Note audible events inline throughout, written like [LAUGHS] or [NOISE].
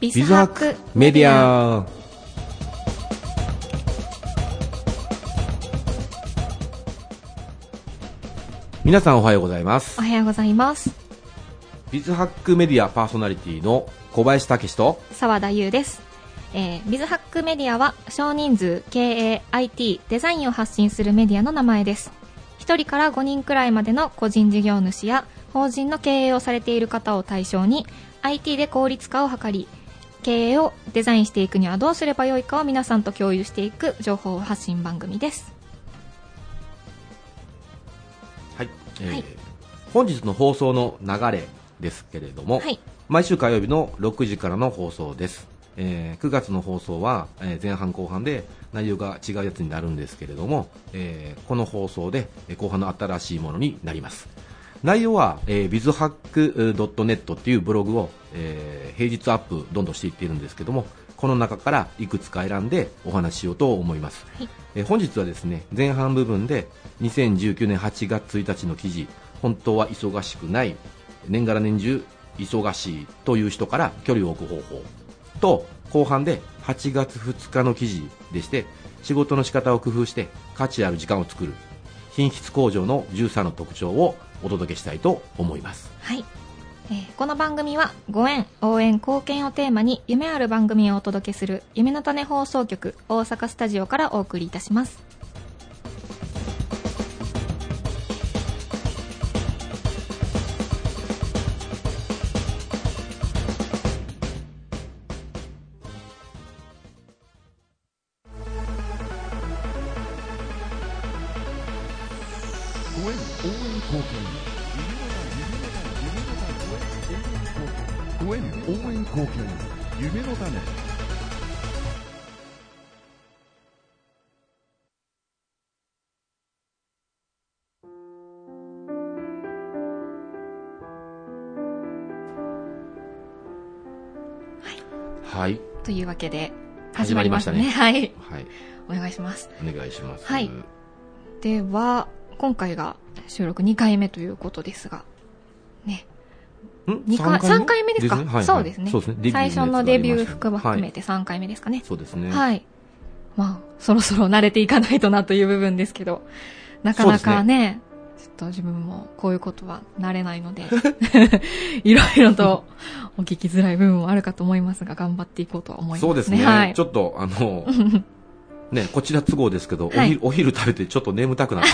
ビビズハックメディア。皆さんおはようございますお。はようございますビズハックメディアパーソナリティの小林武史と、澤田優です、えー、ビズハックメディアは少人数経営 IT デザインを発信するメディアの名前です1人から5人くらいまでの個人事業主や法人の経営をされている方を対象に IT で効率化を図り経営をデザインしていくにはどうすればよいかを皆さんと共有していく情報発信番組ですはい。えーはい本日の放送の流れですけれども、はい毎週火曜日の6時からの放送です。えー9月の放送は、えー前半後半で内容が違うやつになるんですけれども、えーこの放送でえー後半の新しいものになります。内容は、えー、bizhack.net っていうブログを、えー平日アップどんどんしていっているんですけども、この中からいくつか選んでお話ししようと思います。はいえー本日はですね前半部分で2019年8月1日の記事本当は忙しくない年がら年中忙しいという人から距離を置く方法と後半で8月2日の記事でして仕事の仕方を工夫して価値ある時間を作る品質向上の13の特徴をお届けしたいと思いますはい、えーこの番組はご縁応援貢献をテーマに夢ある番組をお届けする夢の種放送局大阪スタジオからお送りいたしますご縁応援貢献ご縁応援貢献夢の種はいというわけで始まりましたね始まりまははいいお願いしますお願いしますはいでは今回が収録2回目ということですがねん二回3回目ですかねはいはいそうですねデビューの最やつが初のデビュー含ありまめしたねて3回目ですかね、はいそうですねはい。まあ、そろそろ慣れていかないとなという部分ですけど、なかなかね、ちょっと自分もこういうことは慣れないので、 [LAUGHS] いろいろとお聞きづらい部分もあるかと思いますが、頑張っていこうとは思いますね。そうですね。はいち。ょっと、あ [LAUGHS] の、ね、こちら都合ですけど、おはい昼、お昼食べてちょっと眠たくなって。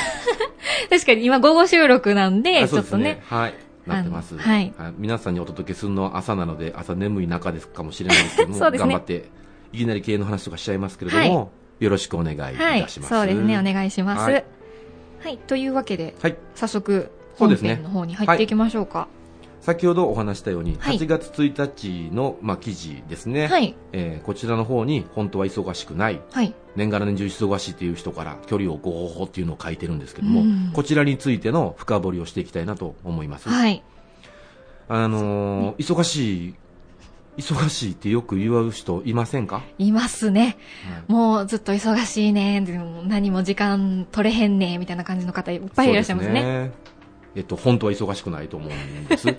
確かに今午後収録なんで、あちそょうっでとすね、。はい。なってます。あのはい皆さんにお届けするのは朝なので、朝眠い中ですかもしれないですけど [LAUGHS] も、そうですね頑張って、いきなり経営の話とかしちゃいますけれども、よろしくお願いいはい。たします。そうですね、お願いします。はいはい、というわけで、はい。早速、そう本ですね編の方に入っていきましょうか。先ほどお話したように、はい8月1日の、まあ、記事ですね。はい。えーこちらの方に、本当は忙しくない。はい。年がら年中忙しいっていう人から距離を置く方法っていうのを書いてるんですけども、うんこちらについての深掘りをしていきたいなと思います。はい。あのー忙しい、忙しいってよく言う人いませんか、いますね。はいもうずっと忙しいね、でも何も時間取れへんね、みたいな感じの方いっぱいいらっしゃいますね。そうですえっと、本当は忙しくないと思うんです。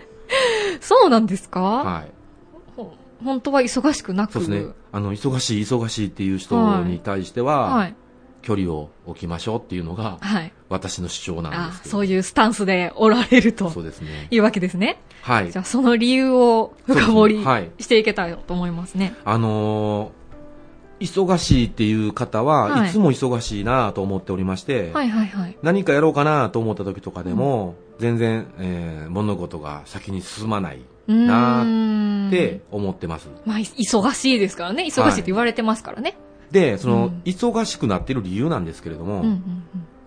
そうなんですか、はい。ほ本当は忙しくなく。そうですね。あの、忙しい、忙しいっていう人に対しては、はい。距離を置きましょうっていうのが、はい。私の主張なんであすけど。そういうスタンスでおられるとそうですね。いうわけですね。はいじゃ。あその理由を深掘そうでりすねはいしていけたらと思いますね。あのー忙しいっていう方は、はいい、つも忙しいなと思っておりまして、はいはいはい。何かやろうかなと思った時とかでも、全然、えー物事が先に進まないうなーん。って、思ってます。まあ、い忙しいですからね。忙しいって言われてますからね。で、その、うん忙しくなってる理由なんですけれどうも、んうんうん。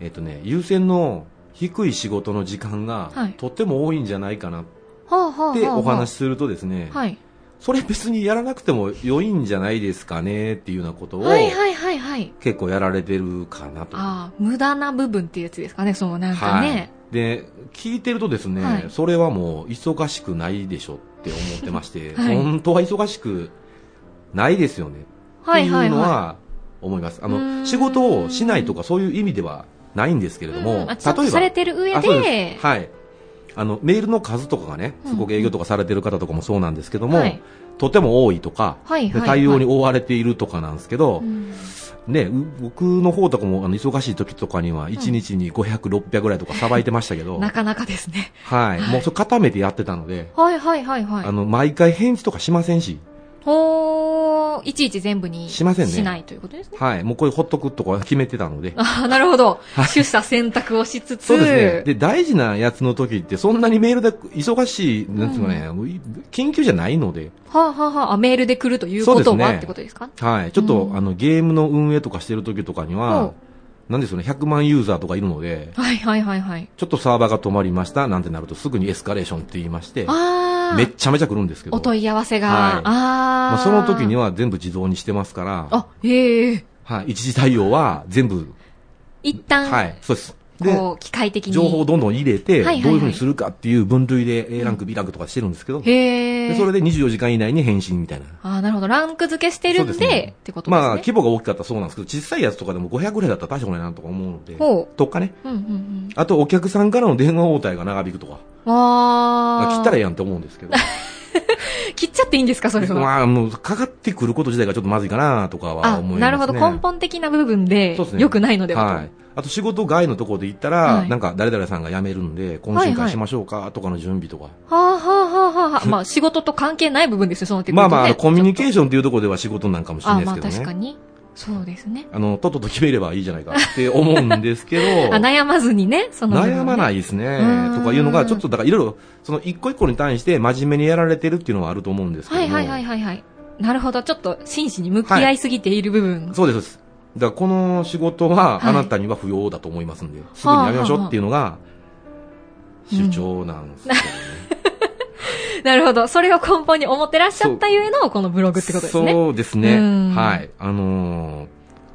えっ、とね、優先の低い仕事の時間が、はいとっても多いんじゃないかなっはあはあはあ、はあ。てお話しするとですね、はい。それ別にやらなくても良いんじゃないですかねっていうようなことを、はいはいはいはい。結構やられてるかなと。ああ、無駄な部分っていうやつですかね、そのなんかね。はい、で聞いてるとですね、はいそれはもう忙しくないでしょって思ってまして、 [LAUGHS] はい本当は忙しくないですよねっはていいうはいのはは思います、うあーんの仕事をしないとかそういう意味ではないんですけい。れども、うんあ例えちゃんとばされてる上あそうでで、すはいあのメールの数とかがねすごく営業とかされてる方とかもそうなんですけども、はいとても多いとか、はいはいで対応に追われているとかなんですけど、うんね、う僕の方とかもあの忙しい時とかには1日に500、600ぐらいとかさばいてましたけど、なかなかですね。はい、もうそれ固めてやってたので、はいはいはいはい。あの毎回返事とかしませんし、ほー、いちいち全部にしませんねしないということですね。はい、もうこれほっとくとか決めてたので、あーなるほど。取捨選択をしつつ。そうですね。で、大事なやつの時って、そんなにメールで忙しい、なんていうかね、い緊急じゃないので、はあ、はあはああ、メールで来るということそうでは、すねってことですかはい。ちょっと、うんあの、ゲームの運営とかしてる時とかにうんは、なんですよね、100万ユーザーとかいるので、はいはいはいはい。ちょっとサーバーが止まりました、なんてなると、すぐにエスカレーションって言いまして、あー。めっちゃめちゃ来るんですけど、お問い合わせが。はいあー。まあ、その時には。は全部自動にしてますから、あ、ええはい。一時対応は全部、一旦、はい。そうです。で、こう、機械的に。情報をどんどん入れて、どはういはいはいいうふうにするかっていう分類で A ランク、B ランクとかしてるんですけど、へえ。でそれで24時間以内に返信みたいな。あーなるほど。ランク付けしてるんで、そうですねってことですね。まあ、規模が大きかったらそうなんですけど、小さいやつとかでも500ぐらいだったら大したことないなとか思うので、ほうとかね。うんうんうん。あと、お客さんからの電話応対が長引くとか、わー。切ったらええやんって思うんです [LAUGHS] けど、切っちゃっていいんですか、それは。まあ、もう、かかってくること自体がちょっとまずいかなとかはあ、思います、ね。なるほど。根本的な部分でそうです、ね良くないのではと。はい。あと、仕事外のところで行ったら、はいなんか、誰々さんが辞めるんで、懇親会しましょうかとかの準備とか。はあ、はあはあはあはあ、まあ仕事と関係ない部分ですよ、そのテクニまッあクまああの、コミュニケーシションっていうところでは仕事なんかもしれあなあいでますあけどね。確かに。そうですね。あの、とっとと決めればいいじゃないかって思うんですけ [LAUGHS] ど。あ悩まずにね、その部分ね、悩まないですね。とかいうのが、ちょっとだからいろいろ、その一個一個に対して真面目にやられてるっていうのはあると思うんですけどはも。いはいはいはいはい。なるほど。ちょっと真摯に向き合いすぎている部分。そうですそうです。だからこの仕事ははいあなたには不要だと思いますんで、すぐにやめましょうっていうのが主張なんですけどね。なるほど。それを根本に思ってらっしゃったゆえの、このブログってことですね。そうですねうん。はい。あのー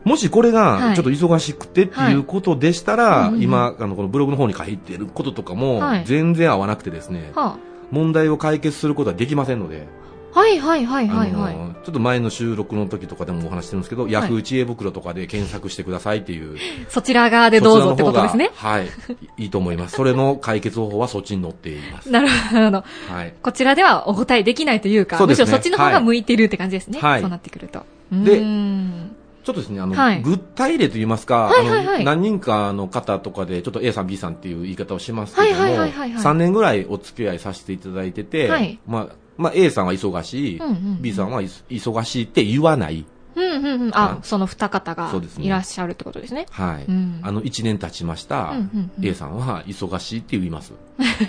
もしこれはがいちょっと忙しくてっていうことでしたら、はいうんうん今、あの、このブログの方に書いてることとかもはい全然合わなくてですね、は問題を解決することはできませんので、あ、はいはいはいはいはい。あのちょっと前の収録の時とかでもお話してるんですけど、ヤフー知恵袋とかで検索してくださいっていう。そちら側でどうぞってことですねそ。ちらの方がはい。いいと思います。それの解決方法はそっちに載っています。なるほど。はい。こちらではお答えできないというか、そうむでしすねろそっちの方が向いてるって感じですね。はいそうなってくると。でうーんちょっとですね、あの、はいグッタイレと言いますか、はいはいはいあの何人かの方とかで、ちょっと A さん B さんっていう言い方をしますけども、はいはいはいはいはい3年ぐらいお付き合いさせていただいてて、はいまあ、まあ A さんは忙しい、うんうんうん B さんはい忙しいって言わない。うんうんうん。あは、いその二方がそうですねいらっしゃるってことですね。はい。うんあの、1年経ちましうた、んうんうん A さんは忙しいって言います。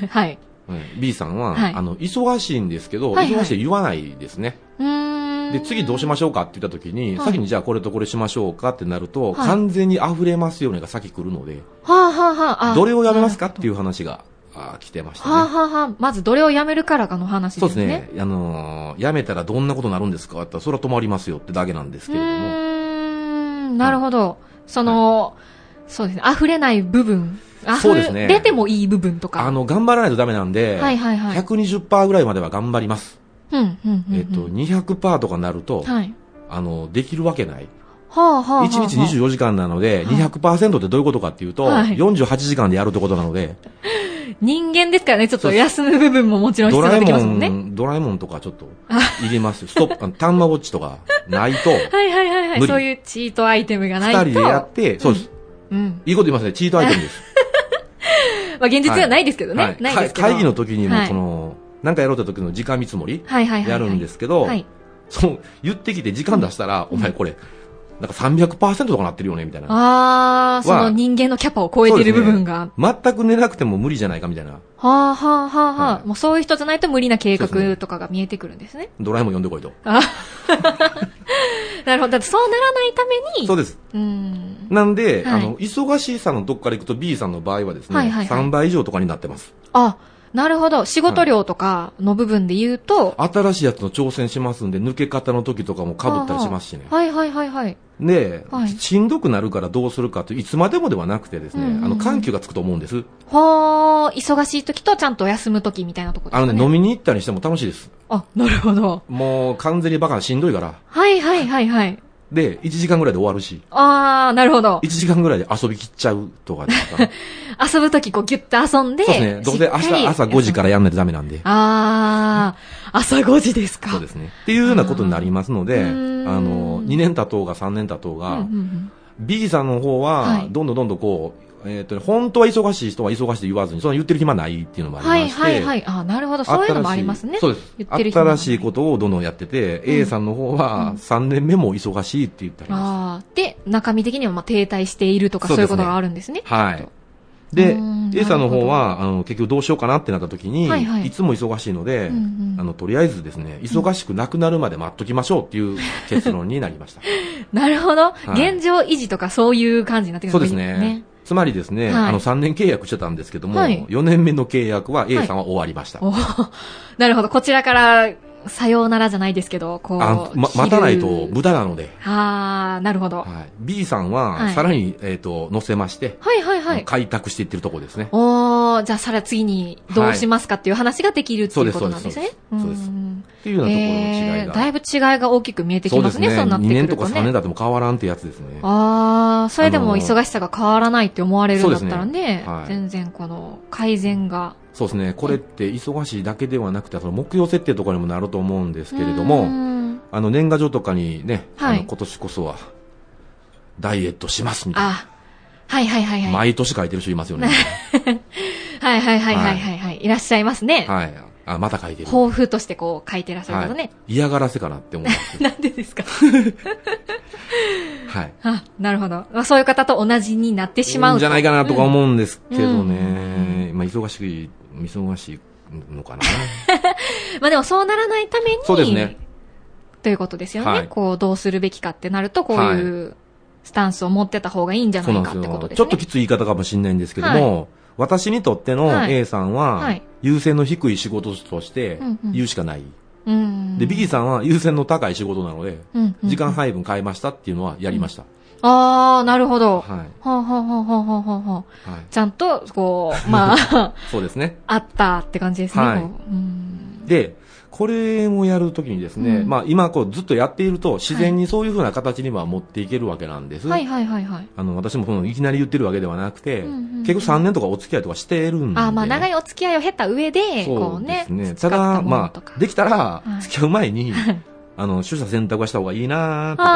はい。うん B さんは、はいあの、忙しいんですけど、はいはい忙しいって言わないですね。うーん。で、次どうしましょうかって言った時に、はい先にじゃあこれとこれしましょうかってなると、はい完全に溢れますよねが先来るので、はあはあはああ。。どれをやめますかっていうう話があー来てましたね。はあはあはあ。まずどれをやめるからかの話ですそね。うですね。あのー、やめたらどんなことになるんですかって言ったら、それは止まりますよってだけなんですうけれども。ーん。なるほど。その、そうですね。溢れない部分。そう溢ですねれてもいい部分とか。あの、頑張らないとダメなんで、はいはいはい。 120%ぐらいまでは頑張ります。うんうんうんうん。えっと、200%とかになると、はい。あの、できるわけない。はあはあはあ。 1日24時間なので、はい200%ってどういうことかっていうと、はい48時間でやるってことなので、人間ですからね、ちょっそとうです休む部分ももちろん必ド要にラなってきまえもすもんね。ん、ドラえもんとかちょっと、いりますよ。ストップ、あの、タンマウォッチとか、ないと、はいはいはいはい。無理そういうチートアイテム [LAUGHS] がないと。二人でやって、そうです。うん。いいこと言いますね。チートアイテムです。まあ現実ではないですけどね。はいないですけど。会会議の時にはも、いその、なんかやろうって時の時間見積もり、はいはいはいはい。やるんですすけどは、い。そう、言ってきて時間出したら、お前これ、なんか300%とかなってるよね、みたいな。あー、その人間のキャパを超えてる部分が。全く寝なくても無理じゃないか、みたいな。はあはあはあははあ。いもうそういう人じゃないと無理な計そうです画ねとかが見えてくるんですね。ドラえもん呼んでこいと。なるほど。だってそうならないために。そううです。ん。なんで、はいあの、忙しさのどっから行くと B さんの場合はですね、はいはいはい3倍以上とかになってます。あ、なるほど。仕事量とかの部分で言うと。新しいやつの挑戦しますんで、抜け方の時とかも被ったりしますしね。はいはいはいはい。で、はいしんどくなるからどうするかという、いつまでもではなくてですね、うんうんうんあの、緩急がつくと思うんです。はあ、忙しい時とちゃんと休む時みたいなとこですあかのね。ね、飲みに行ったりしても楽しいです。あ、なるほど。もう完全にバカなしんどいから、はいはいはいはい。で、1時間ぐらいで終わるし、あー、なるほど1。時間ぐらいで遊びきっちゃうとかですから、遊ぶとき、こう、ギュッと遊 [LAUGHS] んで。そうですね、どうせ明しっかり日朝5時からやんないとダメなんで、あー、朝5時ですか。そうですね。っていうようなことになりますので、うあんの、2年経とうが3年経とううんうがんう、ん B さんの方はは、いどんどんどんどんこう、えっと、本当は忙しい人は忙しいと言わずに、そんな言ってる暇ないっていうのもありまはしてい、はいはい。あー、なるほど。そういうのもありますね。新しいそうです。言ってる人も新しいことをどんどんやってて、A さんの方うはん3年目も忙しいって言ってあります。あー、で、中身的にはまあ停滞しているとか、そそうういでうこすねとがあるんですね。はい。うでん、 A さんの方は、あの、結局どうしようかなってなった時に、はいいはいつも忙しいので、うんうんあの、とりあえずですね、忙しくなくなるまで待っときましょうっていう結論になりました。なるほど、はい現状維持とかそういう感じになってく [LAUGHS] そるうんですね。つまりですね、はいあの、3年契約してたんですけども、はい4年目の契約は A さんは終わりました。おーなるほど。こちらから、さようならじゃないですけど、こう。あのま、切る待たないと無駄なので、あー、なるほど。ははい、B さんはいはさらに、えっと乗せまして、いはいはい。開拓していってるところですね。おー、じゃあさら次にどうしますかっていう話ができるっていうことなんですね。そうですそうですそうですんっていうようなところのえ違いーが。だいぶ違いが大きく見えてきますね、そうなってく2年るととかね。 3年だっても変わらんってやつですね。ああ、それでもあのー忙しさが変わらないって思われるんだったらね、そうですねはい全然この改善が。そうですね。これって忙しいだけではなくて、その目標設定とかにもなると思うんですけれどうーも、んあの年賀状とかにね、はいあの今年こそはダイエットしますみたいな。あ、はいはいはいはい。毎年書いてる人います [LAUGHS] よね。はいはいはいはいはい、はい。いらっしゃいますね。はい。あ、また書いてる。抱負としてこう書いてらっしゃる方ね。。い、嫌がらせかなって思いますなんでですか [LAUGHS] [LAUGHS] はい。あ、なるほど。まあ、そういう方と同じになってしまうと。んじゃないかなとか思うんですけどうんね、まあ、忙しい忙しいのかなうんまあでもそうならないために。そうですね。ということですよね。はいこう、どうするべきかってなると、こういうスタンスを持ってた方がいいんじゃそなうないんかってことよ、ですね。ちょっときつい言い方かもしれないんですけども、私にとってのはい A さんは、はい優先の低い仕事としてうんうん言うしかない。うん。で、B さんは優先の高い仕事なので、うんうんうん時間配分変えましたっていうのはやりました。ああ、なるほど。はい。ほうほうほうほうほうほうほう。はい。ちゃんと、こう、ま [LAUGHS] あ、そうですね。あったって感じですね。はいこううんで、これをやるときにですね、うんまあ今こうずっとやっていると自然にそういうふうな形には持っていけるわけなんです。はいはいはいはい。あの、私もこのいきなり言ってるわけではなくて、うんうんうん結局3年とかお付き合いとかしてるんで、あーまあ長いいお付き合いを経た上で、こそううねで。すね。使たっただ、ものまとかあ、できたらはい、付き合う前に、はいあの、取捨選択はした方がいいなとか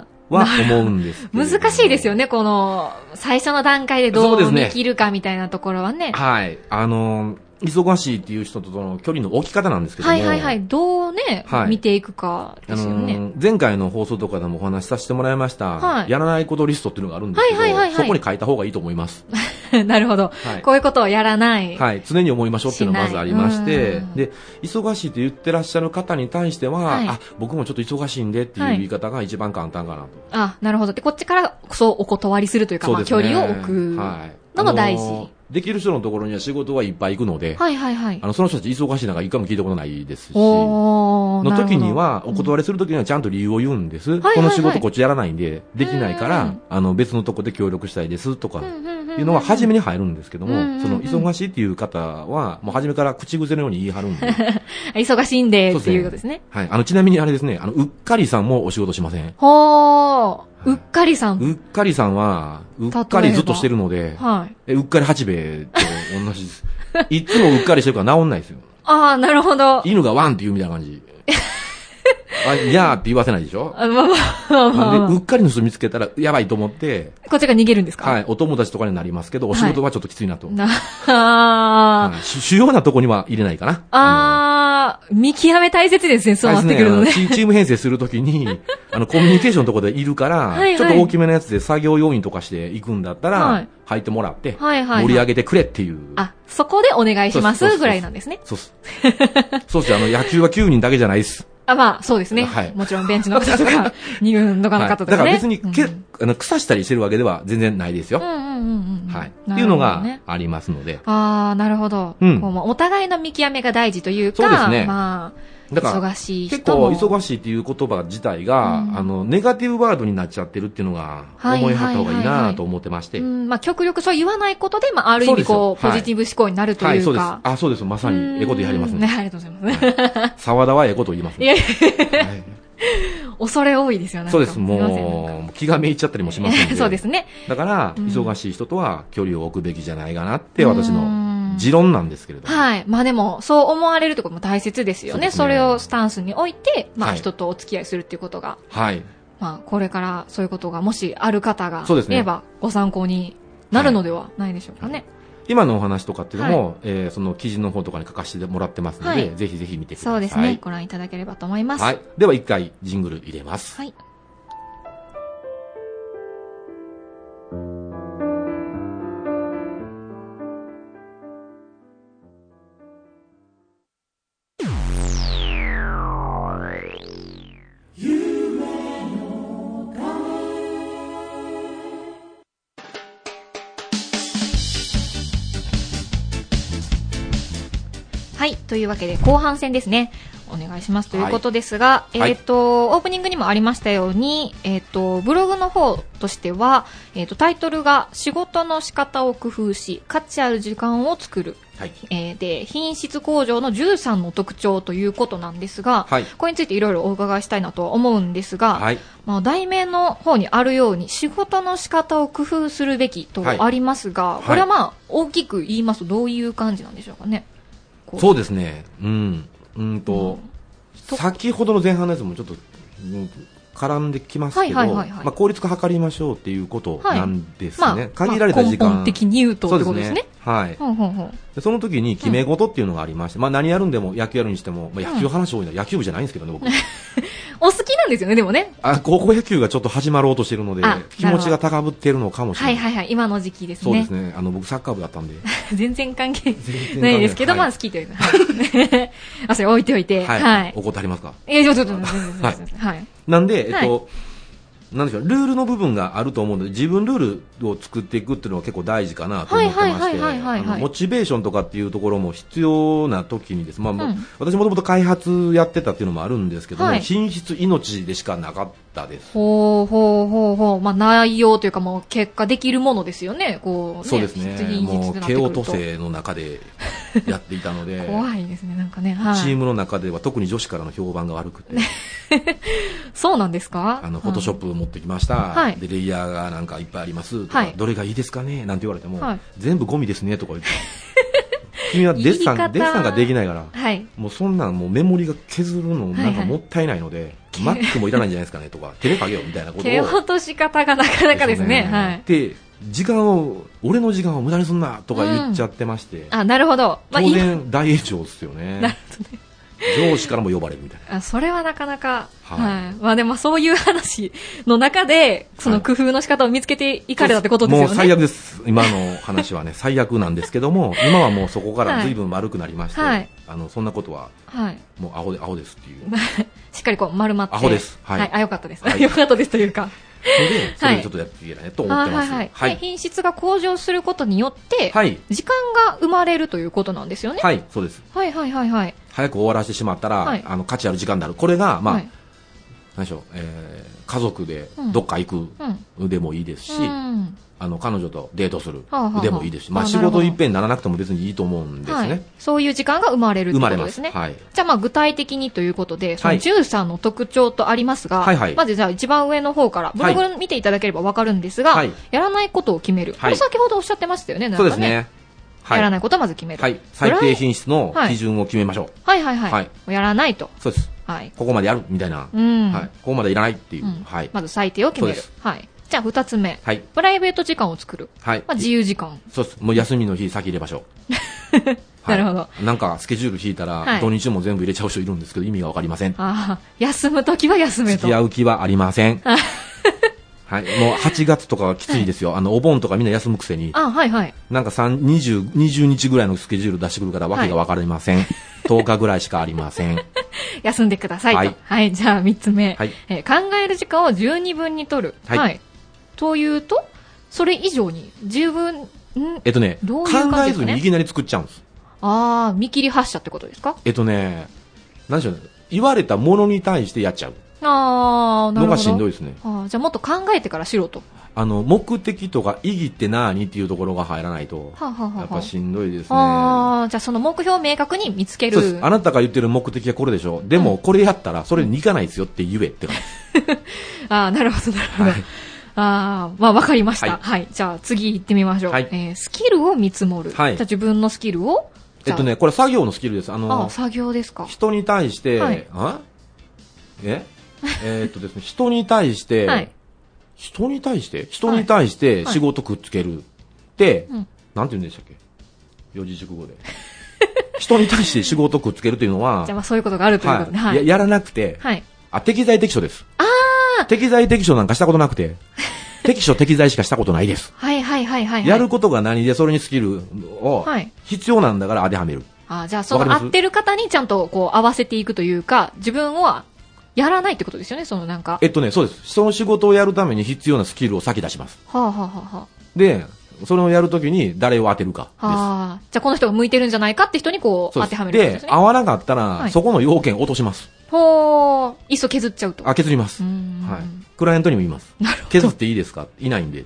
ああ、は思うんですけれども難しいですよ。ね、この、最初の段階でどそうでうすね見切るかみたいなところはね。はい。あの、忙しいっていう人との距離の置き方なんですけども、はいはいはい。どうね、はい見ていくかあですよのね。前回の放送とかでもお話しさせてもらいました、はいやらないことリストっていうのがあるんですけど、はいはいはいはいそこに書いた方がいいと思います。 [LAUGHS] なるほど、はいこういうことをやらない。はい、常に思いましょうっていうのがまずありまししないてうん、で、忙しいと言ってらっしゃる方に対しては、はいあ、僕もちょっと忙しいんでっていう言い方が一番簡単かなと。あ、なるほど。で、こっちから、そう、お断りするというか、そまうあ、ですね距離を置く。はいのも大事あのーできる人のところには仕事はいっぱい行くので、はいはいはいあ。の、その人たち忙しいなんか一回も聞いたことないですし、のおーなるほ時どには、お断りする時にはちゃんと理由を言うんです。はいこの仕事こっちやらないんで、できないかうらん、あの、別のとこで協力したいですとか、うんうんうんうんいうのは初めに入るんですけども、うんうんうんその忙しいっていう方は、もう初めから口癖のように言い張るん [LAUGHS] で、あ忙しいんでそっうていうことですね。はい。あの、ちなみにあれですね、あの、うっかりさんもお仕事しません。ほー、うっかりさん。うっかりさんは、うっかりずっとしてるので、はい。えうっかり八兵衛と同じです。いつもうっかりしてるから治んないですよ。ああ、なるほど。犬がワンって言うみたいな [LAUGHS] 感じ。あ、いやーって言わせないでしょあまあまあまあまあで、うっかりの人見つけたら、やばいと思って、こっちが逃げるんですかはい、お友達とかになりますけど、お仕事はちょっときついなと。なあー、はい主主要なとこには入れないかな。あー、見極め大切ですね、そうなってくるのあれねで。すねあのチチーム編成すると [LAUGHS] きに、あの、コミュニケーションのところでいるから、はいはいちょっと大きめのやつで作業要員とかしていくんだったら、はい入ってもらって、はいはいはい盛り上げてくれっていう。あ、そこでお願いしまそうですすぐらいなんですね。そうっす。そうっす。あの、野球は9人だけじゃないっす。あ、まあ、そうですね。はいもちろんベンチの方と [LAUGHS] か、二軍とかのはい方とだかね。から別にけ、うんあの、腐したりしてるわけでは全然ないですよ。うんうんうんうん。はい。なるほどねっていうのがありますので。ああ、なるほど。うんこうまあお互いの見極めが大事というか、そうですねまあ、だから、忙しい結人構も。忙しいっていう言葉自体が、うんあの、ネガティブワードになっちゃってるっていうのが、はい思いはった方がいいはいはいはないと思ってまして。うはい、ん、まあ、極力そう言わないことで、まあ、ある意味こう、そうですよポはいジティブ思考になるというか。そうです。あ、そうです。まさに、ええことやりますうんね。ね。ありがとうございます。沢田はええこと言いますいやね。はい [LAUGHS] 恐れ多いですよね。そうです、なんかいませんなんかもう気がめいっちゃったりもしますん [LAUGHS] で。そうですね。だから、うん忙しい人とは距離を置くべきじゃないかなって、私のうん持論なんですけれども。はい。まあでも、そう思われるところも大切ですよね。そそうですねれをスタンスに置いて、まあはい人とお付き合いするっていうことが、はい。まあこれからそういうことがもしある方がそうですいねれば、ご参考になるのではないでしょうかね。今のお話とかっていうのも、えーその記事の方とかに書かせてもらってますので、はいぜひぜひ見てください。そうですね、ご覧いただければと思います。はい。では一回ジングル入れます。はい。はい。というわけで、後半戦ですね。お願いします。ということですが、いはいえっ、と、オープニングにもありましたように、えっ、と、ブログの方としては、えっ、と、タイトルが、仕事の仕方を工夫し、価値ある時間を作る。はい。えーで、品質向上の13の特徴ということなんですが、はいこれについていろいろお伺いしたいなとは思うんですが、はい。まあ、題名の方にあるように、仕事の仕方を工夫するべきとありますが、いこれはまあ、大きく言いますと、どういう感じなんでしょうかね。こそうですね。うん。うんと、と先ほどの前半のやつもちょっと、うん絡んできますけど、はいはいはいはいまあ、効率化図りましょうっていうことなんですね。まあ、限られた時まあ間。根本的に言うとってことですね。はい。ほうほうほうでその時に決め事っていうのがありまして、まあ何やるんでも野球やるにしても、まあ野球話多いな、野球部じゃないんですけどね、僕。お好きなんですよね、でもね。あ、高校野球がちょっと始まろうとしてるのであ、気持ちが高ぶってるのかもしれはないい。はいはい、今の時期ですそうでねす。ね。あの、僕サッカー部だったん [LAUGHS] で。全然関係然ないですけど、関係なまいあ好きというか。はい [LAUGHS] あ、それ置いておいて。はい。怒ってありますかいや、ちょっと、ちょっと、ちょっと、ちょっとはい。なんで、はいえっと、なんでしょう、ルールの部分があると思うので、自分ルールを作っていくっていうのは結構大事かなと思ってまはいして、はいはいはいはいあのモチベーションとかっていうところも必要な時にです。まあ、もううん私もともと開発やってたっていうのもあるんですけども、はい品質命でしかなかったです。ほうほうほうほう。まあ内容というかもう結果できるものですよね。こう、そうですね質品質もうとなって慶く応ると都政の中でやっていたので [LAUGHS] 怖いですね、なんかね。はい。チームの中では特に女子からの評判が悪くて、そうなんですかあの、フォトショップ。プ持ってきました、はいで、レイヤーがなんかいっぱいありますとか、はいどれがいいですかねなんて言われても、はい全部ゴミですねとか [LAUGHS] 言って、君はデッ言サい方ン、デッサンができないから、はい。もうそんなんもうメモリが削るのなんかもったいないので、マックもいらないんじゃないですかね [LAUGHS] とか、手でかけようみたいなことを。毛落とし方がなかなかですね。はい。で、時間を、俺の時間を無駄にすんなとか言っちゃってまして、あ、なるほど。まあ当今然大炎上ですよ [LAUGHS] なねる。ほどね上司からも呼ばれるみたいな。あそれはなかなか、はいはい。まあでもそういう話の中で、その工夫の仕方を見つけていかれたってことですよね。もう最悪です。今の [LAUGHS] 話はね、最悪なんですけども、今はもうそこから随分丸くなりまして、はいあの、そんなことは、はい。もうアホで、アホですっ [LAUGHS] ていう。しっかりこう丸まって。アホですは。はいいあ、よかったです。はいよかったですというか。ので、それでちょっとやっていけないと思ってまはす。いはいははい。でい。品質が向上することによって、はい。時間が生まれるということなんですよね。はい、そうです。はいはいはいはい。早く終わらせてしまったら、はいあの、価値ある時間になる。これが、まあ、はい何でしょう、えー家族でうんどっか行うん。くでもいいですし、うんあの、彼女とデートするはあはあはあでもいいですし、あまあ、な仕るほど事いっぺんにならなくても別にいいと思うんですはね。い。そういう時間が生まれるとい生うこまれとま。ですすね。はい。じゃあまあ具体的にということで、そのはい13の特徴とありますが、はいはいまずじゃあ一番上の方から、ブログ見ていただければわかるんですが、はいやらないことを決める。こはいれ先ほどおっしゃってましたよね、なんそかね。うですね。はいやらないことをまず決める。はい、最低品質のはい基準を決めましょう、はいはいはい。はいやらないと。そうです、はい。ここまでやるみたいな、うん。はい、ここまでいらないっていう、うんはい、まず最低を決めるそう。はい。じゃあ二つ目。はい、プライベート時間を作る。はい、まあ自由時間。そうです、もう休みの日、先入れましょう、 [LAUGHS] なるほど。なんかスケジュール引いたら、はい土日も全部入れちゃう人いるんですけど、意味がわかりません、ああ、休むときは休めと。付き合う気はありません、はい、もう8月とかはきついですよ、あのお盆とかみんな休むくせに、あはいはい。なんか3 20, 20日ぐらいのスケジュール出してくるから、わけがわかりません、10日ぐ [LAUGHS] らいしかありません、休んでくださいと。ははいい。じゃあ三つ目。はいえー考える時間を十二分に取る。は。はいいというと、それ以上に十分、んえっとね、どう考いう感じえですかずねにいきなり作っちゃうんです。ああ、見切り発車ってことですかえっとね、何でしょうね、言われたものに対してやっちゃうああ、なるほど。のがしんどいですね。あーじゃあもっと考えてからしろと。あの目的とか意義って何っていうところが入らないと、はあはあはあやっぱしんどいですね。ああ、じゃあその目標を明確に見つけそうでする。あなたが言ってる目的はこれでしょ、でもこれやったらそれに行かないですよって言えって感じ、ああ、なるほど、なるほど。ああ、まあわかりました。ははいい、じゃあ次行ってみましょう。はいえースキルを見積もる。はいじゃあ自分のスキルを。えっとね、これ、作業のスキルです、あじゃあ。あのあ、作業ですか。人に対して、はいあええーっとですね、人に対して、はい人に対して人に対してはい仕事くっつけるって、うんなんて言うんでしたっけ四字熟語で。 [LAUGHS] 人に対して仕事くっつけるというのはじゃあ、まあそういうことがあるということで。は、はいやい。やらなくて、はい。あ、適材適所です。適材適所なんかしたことなく [LAUGHS] て、適所適材しかしたことないです。はいはいはいはいはい。やることが何で、それにスキルをはい必要なんだから当てはめる。ああ、じゃあそわかのります合ってる方にちゃんとこう合わせていくというか、自分はやらないってことですよね、そのなんか。えっとね、そうです。その仕事をやるために必要なスキルを先出します。はあはあはあはあ。で、それをやるときに誰を当てるかです。はあ、じゃあこの人が向いてるんじゃないかって人にこうそう当ですてはめるんで、ですね。合わなかったら、はいそこの要件落とします。ほう、いっそ削っちゃうと。あ、削ります。うーはんい。クライアントにも言います。削っていいですかいないんで。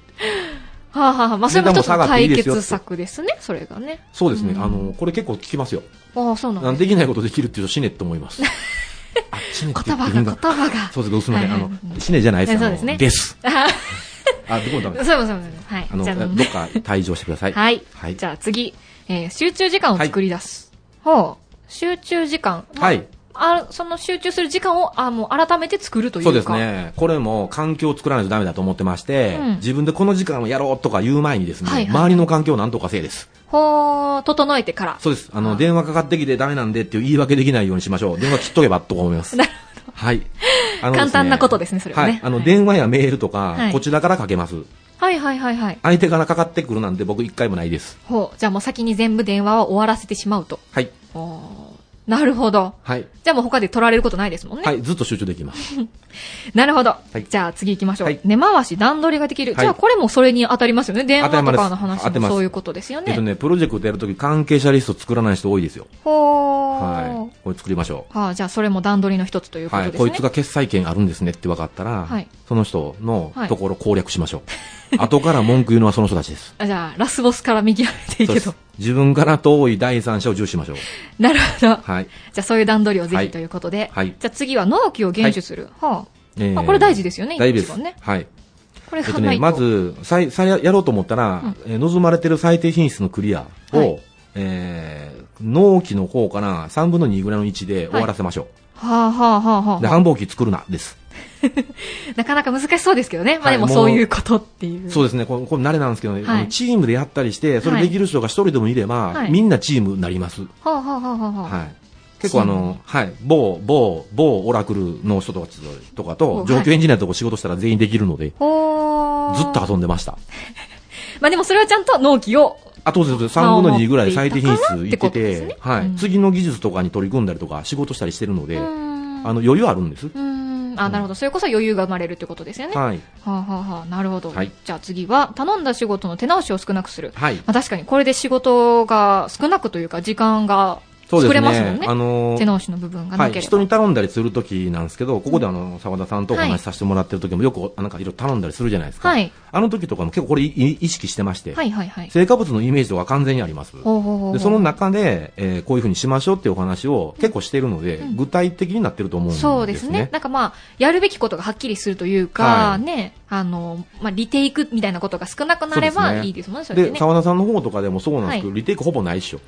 はあ、はあはあ、まあそれも一つの値段も下がってい解いですよ決策ですね、それがね。そうですね。うんあの、これ結構聞きますよ。ああ、そうなんあだのできないことできるっていうと死ねって思い [LAUGHS] ます。あ、死ねって言葉言うが、んだ言葉が。 [LAUGHS] そうです。すみません。はあいはいの、死ねじゃないです。そうあのですねです。 [LAUGHS] ああ、どこもダそメでうす。そうそうそう。はい。あの、じどゃあ、っか退場してください。はい。はいじ。ゃあ次、えー集中時間を作り出す。ほう。集中時間。まあはい。あその集中する時間を、あもう改めて作るというか。そうです。ね。これも環境を作らないとダメだと思ってましてうん、自分でこの時間をやろうとか言う前にですね、はいはい周りの環境をなんとかせいです。ほう、整えてから。そうです。ああの、電話かかってきてダメなんでっていう言い訳できないようにし [LAUGHS] ましょう。電話切っとけばと思います。なるはい。あのですね簡単なことですねそれはねいあの、はい電話やメールとかはい、こちらからかけます。はいはいはいはい。相手からかかってくるなんて僕一回もないです。ほう。じゃあもう先に全部電話は終わらせてしまうと。はい。ほうなるほど。はい。じゃあもう他で取られることないですもんね。はい。ずっと集中できます。なるほど。いじゃあ次行きましょう。はい根回し段取りができる。はいじゃあこれもそれに当たりますよね。電話とかの当話てもますそういうことですよね。えっとね、プロジェクトやるとき関係者リスト作らない人多いですよ。ほー。はい。これ作りましょう。はあ、じゃあそれも段取りの一つということはでい。すね。こいつが決裁権あるんですねって分かったらはい、その人のはいところ攻略しましょう。後から文句言うのはその人たちです。あじゃあラスボスから右上げ [LAUGHS] ていそうけですと。自分から遠い第三者を重視しましょう。なるほど。はい。じゃあそういう段取りをぜはひいということで。はいじゃあ次は納期を厳守する。はあ。えーまあこれ大事ですよね大事で一す。番ねはい。これえっがとないね、と。まず、最最やろうと思ったら、えー望まれてる最低品質のクリアを、はいえー納期の方から3分の2ぐらいの位置で終わらせましょはあはあはあう。はで、あ。繁忙期作るな、です。なかなか難しそうですけどね。まあはいでももうそういうことっていう。そうですね、これ、これ慣れなんですけどね、はいあのチームでやったりして、それできる人が一人でもいれば、はいみんなチームになります。はあはあはあはあ。ははい。結構あの、はい、某、某、某オラクルの人とかとかはとい、上級エンジニアとこ仕事したら全員できるので、ほー。ずっと遊んでました。まあでもそれはちゃんと納期を。あ、当然、3分の2ぐらい最低品質いって守っていたからってことですて、ねはうい、ん次の技術とかに取り組んだりとか、仕事したりしてるので、うーあんの、余裕あるんです。うーん。あ、なるほど。それこそ余裕が生まれるってことですよね。ははい。あ、はあはあ、なるほど。はいじゃあ次は、頼んだ仕事の手直しを少なくする。はい。まあ、確かにこれで仕事が少なくというか、時間がそう作れですますもんねね。。あの手直しの部分がは、ないければ。人に頼んだりするときなんですけど、ここであの、澤田さんとおはい話しさせてもらってるときもよく、あなんかいろいろ頼んだりするじゃないですか。はいあの時とかも結構これいい意識してまして、はいはいはい。成果物のイメージとか完全にあります。ほうほうほうほうで、その中で、えーこういうふうにしましょうっていうお話を結構してるので、うん具体的になってると思うんですね。そうですね。なんかまあ、やるべきことがはっきりするというか、はいね、あの、まあ、リテイクみたいなことが少なくなれそうばですねいいですもんね、それでで、ね。澤田さんの方とかでもそうなんですけど、はリテイクほぼないっしょ。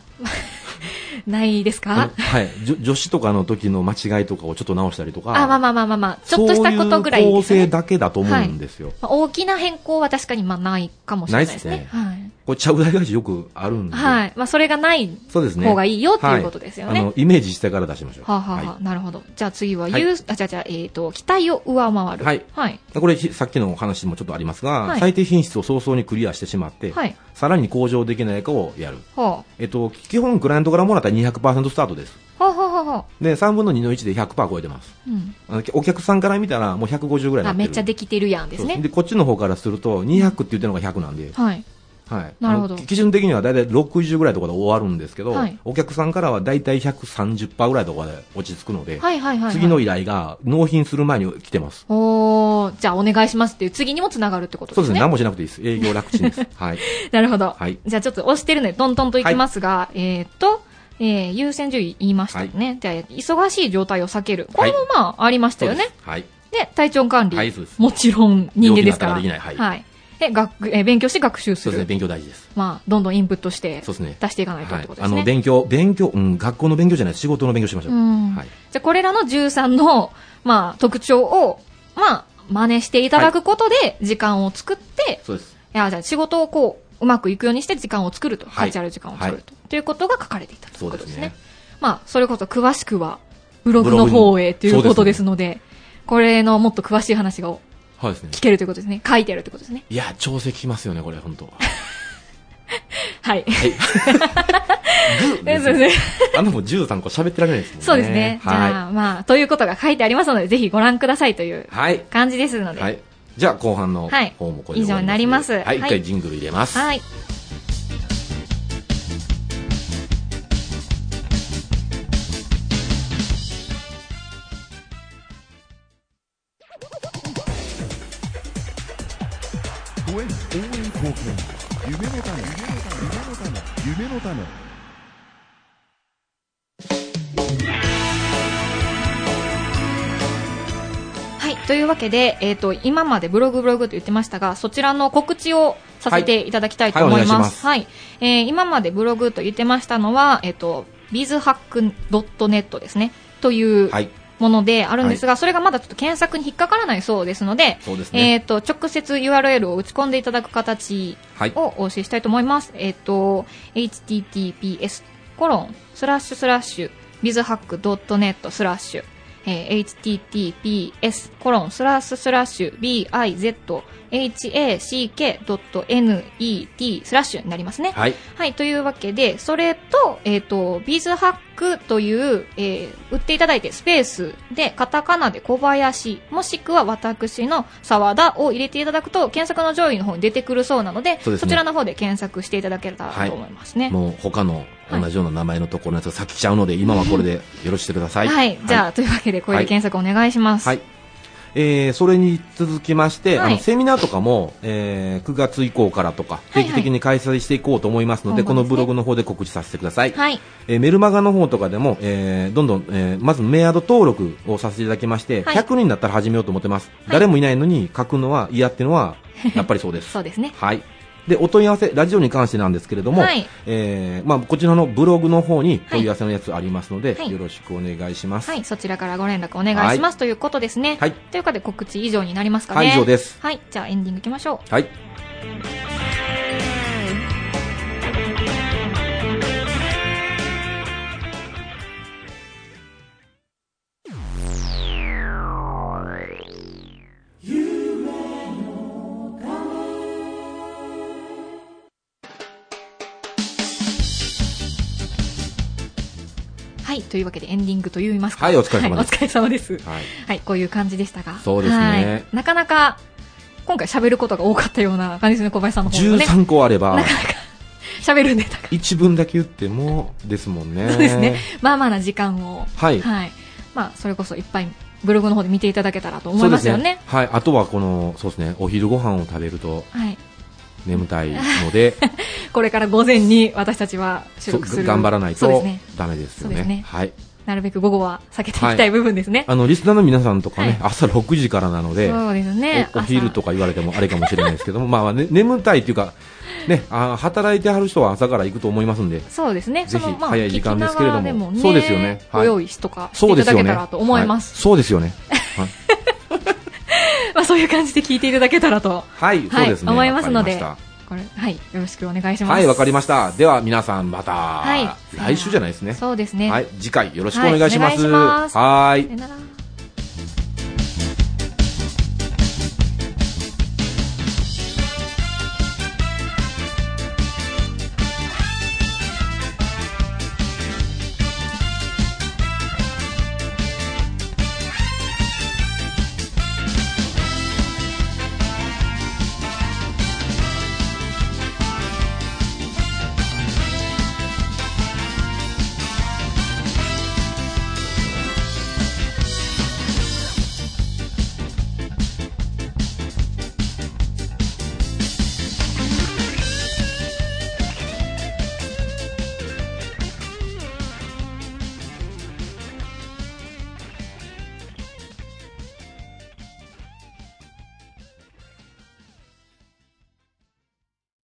ないですかあのはい、女女子とかの時の間違いとかをちょっと直したりとか、あ、まあまあまあまあまあ、ちょっとしたことぐらいそういうで構すね成。だけだと思うんですよ。まあ大きな変更は確かにまあないかもしれないですね。ないですはい。これ、ちゃぶ台返しよくあるんで、はい。まあ、それがないそうですね。方がいいよっていうことですよねはいあのイメージしてから出しましょう。はあ、はあはあはなるほど。じゃあ次は、はいユースあ、じゃあじゃあ、えっ、と、期待を上回る。はいはい。いこれ、ひさっきのお話にもちょっとありますが、はい最低品質を早々にクリアしてしまって、はいさらに向上できないかをやる。ほえっと、基本、クライアントからもらったら200%スタートです。う。ほうほうほうほう。で、3分の2の1で100%超えてます。うん。あのお客さんから見たら、もう150ぐらいになあ、ってるめっちゃできてるやんですそうね。でこっちの方からすると、200って言ってるのが100なんで、はい。はい、なるほどあの基準的には大体60ぐらいのところで終わるんですけど、はいお客さんからは大体130%ぐらいのところで落ち着くので、はいはいはいはい。次の依頼が納品する前に来てます。おー、じゃあお願いしますっていう次にもつながるってことそでうですすね、ね。何もしなくていいです。営業楽ちん [LAUGHS] です。はい。なるほど。はいじゃあちょっと押してるので、トントンといきますが、えーっと、えー優先順位言いましたよね。じゃあ、忙しい状態を避ける。これもまあ、ありましたよそうねで。すはい。で、体調管理。はいそうですもちろん人間ですから。病気になったらできないで、学、えー勉強して学習すそうる。ですね、勉強大事です。まあ、どんどんインプットして、そうですね。出していかないとっはていこ。とであすね。の、勉強、勉強、うん、学校の勉強じゃない、仕事の勉強しましょう。うんはい。じゃあ、これらの13の、まあ、特徴を、まあ、真似していただくことで、時間を作って、そうです。いや、じゃあ仕事をこう、うまくいくようにして時間を作ると。はい価値ある時間を作ると。ということが書かれていたということですね。そうですまあ、それこそ詳しくは、ブログの方へということですので、これのもっと詳しい話がはいですね。聞けるということですね。書いてあるということですね。いや、調整聞きますよね、これ、 [LAUGHS] 本当。はい。グでーですすねね。あのもう13個喋ってられないですもんね。そうですね。じゃはあ、まあ、ということが書いてありますので、ぜひご覧くださいというい。はい。感じですので。は。はいい。じゃあ、後半のはい方もこれで終以わ上になりますはい、一はい回ジングル入れます。ご縁応援貢献夢の種夢の種夢の種はい。というわけで、えっ、と、今までブログブログと言ってましたが、そちらの告知をさせていただきたいと思います。はい。えー今までブログと言ってましたのは、えっ、と、bizhack.net ですね。というはい。ものであるんですが、それがまだちょっと検索に引っかからないそうですので、そうですねえっ、と、直接 URL を打ち込んでいただく形はい。をお教えしたいと思います。えっ、と、https コロンスラッシュスラッシュ bizhack.net スラッシュ、えー https コロンスラッシュスラッシュ bizhack.net スラッシュになりますね。はい、はい。というわけで、それと、えっ、と、bizhack という、えー売っていただいてスペースで、カタカナで小林、もしくは私の沢田を入れていただくと、検索の上位の方に出てくるそうなので、そうですねちらの方で検索していただけたらと思いますね。もう他の同じような名前のところのやつが先来ちゃうので、今はこれでよろしてください。はい、じゃあ、というわけで、これで検索お願いします。はい。えーそれに続きまして、はいあのセミナーとかも、えー9月以降からとか、はいはい定期的に開催していこうと思いますので、今後ですねこのブログの方で告知させてください。はい。えーメルマガの方とかでも、えーどんどん、えーまずメアド登録をさせていただきまして、はい100人になったら始めようと思ってます。誰もいないのに書くのは嫌っていうの [LAUGHS] は、やっぱりそうです。そうですね。はい。で、お問い合わせ、ラジオに関してなんですけれども、はいえーまあ、こちらのブログの方に問い合わせのやつありますので、はいよろしくお願いします。はい、そちらからご連絡お願いします、ということですね。はいというかで告知以上になりますかね。はい、以上です。はい、じゃあエンディングいきましょはい。う。はい、というわけでエンディングと言いますか。はいお疲れ様ですはいお疲れ様です。はい。はい、こういう感じでしたが。そうですねはいなかなか、今回喋ることが多かったような感じですね、小林さんの方もね。 13個あれば、喋るネタが。 1分だけ言っても、ですもんね。そうですね。まあまあな時間を。はいまあ、それこそいっぱいブログの方で見ていただけたらと思いますよそうですね。はい。あとは、この、そうですね、お昼ご飯を食べるとはい。眠たいので、これから午前に私たちは [LAUGHS] 収そう録する。頑張らないそうでとすね。ダメですよそうですねね。はい。なるべく午後は避けていきたい部分ですね。あの、リスナーの皆さんとかね、朝6時からなので、そうですね。おお昼とか。か言われてもあれかもしれないですけども、まあ、ね、眠たいっていうか、ね、あ働いてはる人は朝から行くと思いま [LAUGHS] すんで、そうですね。ぜひそのまあ、早い時間ですけれど聞もきながらねそうですよねはいご用意しとかしてそいうでただすよけね。たらと思いまはす。そうですよね。 [LAUGHS] まあ、そういう感じで聞いていただけたらと、 [LAUGHS] はい、そうですね。思いますのわで、かこれ、はい、よろしくお願いしりましたます。はい、わかりました。では、皆さんまた、はい来週じゃないですね。そうですね。はい、次回よろしくお願いします。はいお願いしますはーいさよなら。